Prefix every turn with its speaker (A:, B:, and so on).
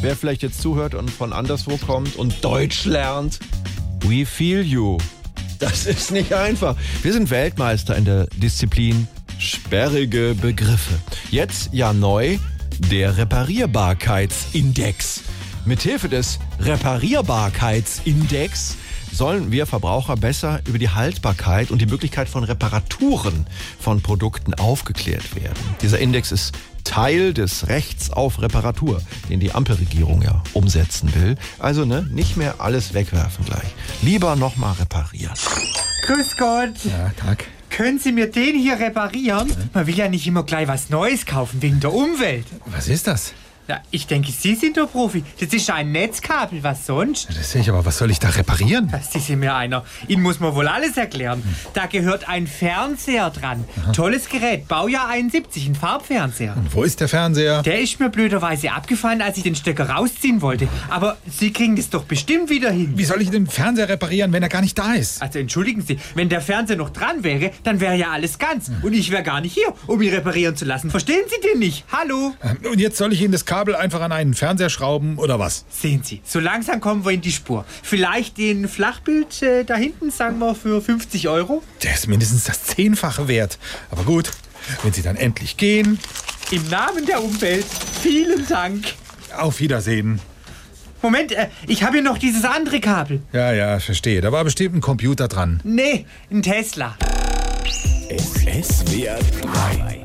A: wer vielleicht jetzt zuhört und von anderswo kommt und Deutsch lernt, we feel you. Das ist nicht einfach. Wir sind Weltmeister in der Disziplin sperrige Begriffe. Jetzt ja neu der Reparierbarkeitsindex. Mithilfe des Reparierbarkeitsindex sollen wir Verbraucher besser über die Haltbarkeit und die Möglichkeit von Reparaturen von Produkten aufgeklärt werden. Dieser Index ist Teil des Rechts auf Reparatur, den die Ampelregierung ja umsetzen will. Also ne, nicht mehr alles wegwerfen gleich. Lieber nochmal reparieren.
B: Grüß Gott.
C: Ja, Ah, Tag.
B: Können Sie mir den hier reparieren? Man will ja nicht immer gleich was Neues kaufen wegen der Umwelt.
C: Was ist das?
B: Na, ich denke, Sie sind der Profi. Das ist ein Netzkabel, was sonst?
C: Das sehe ich, aber was soll ich da reparieren?
B: Sie sind mir einer. Ihnen muss man wohl alles erklären. Da gehört ein Fernseher dran. Tolles Gerät, Baujahr 71, ein Farbfernseher.
C: Und wo ist der Fernseher?
B: Der ist mir blöderweise abgefallen, als ich den Stecker rausziehen wollte. Aber Sie kriegen das doch bestimmt wieder hin.
C: Wie soll ich den Fernseher reparieren, wenn er gar nicht da ist?
B: Also entschuldigen Sie, wenn der Fernseher noch dran wäre, dann wäre ja alles ganz. Und ich wäre gar nicht hier, um ihn reparieren zu lassen. Verstehen Sie den nicht? Hallo?
C: Ähm, Und jetzt soll ich Ihnen das Kabel einfach an einen Fernseher schrauben oder was?
B: Sehen Sie, so langsam kommen wir in die Spur. Vielleicht den Flachbild äh, da hinten, sagen wir, für 50 Euro.
C: Der ist mindestens das Zehnfache wert. Aber gut, wenn Sie dann endlich gehen,
B: Im Namen der Umwelt, vielen Dank.
C: auf Wiedersehen.
B: Moment, äh, ich habe hier noch dieses andere Kabel.
C: Ja, ja, verstehe. Da war bestimmt ein Computer dran.
B: Nee, ein Tesla.
D: SWR 3.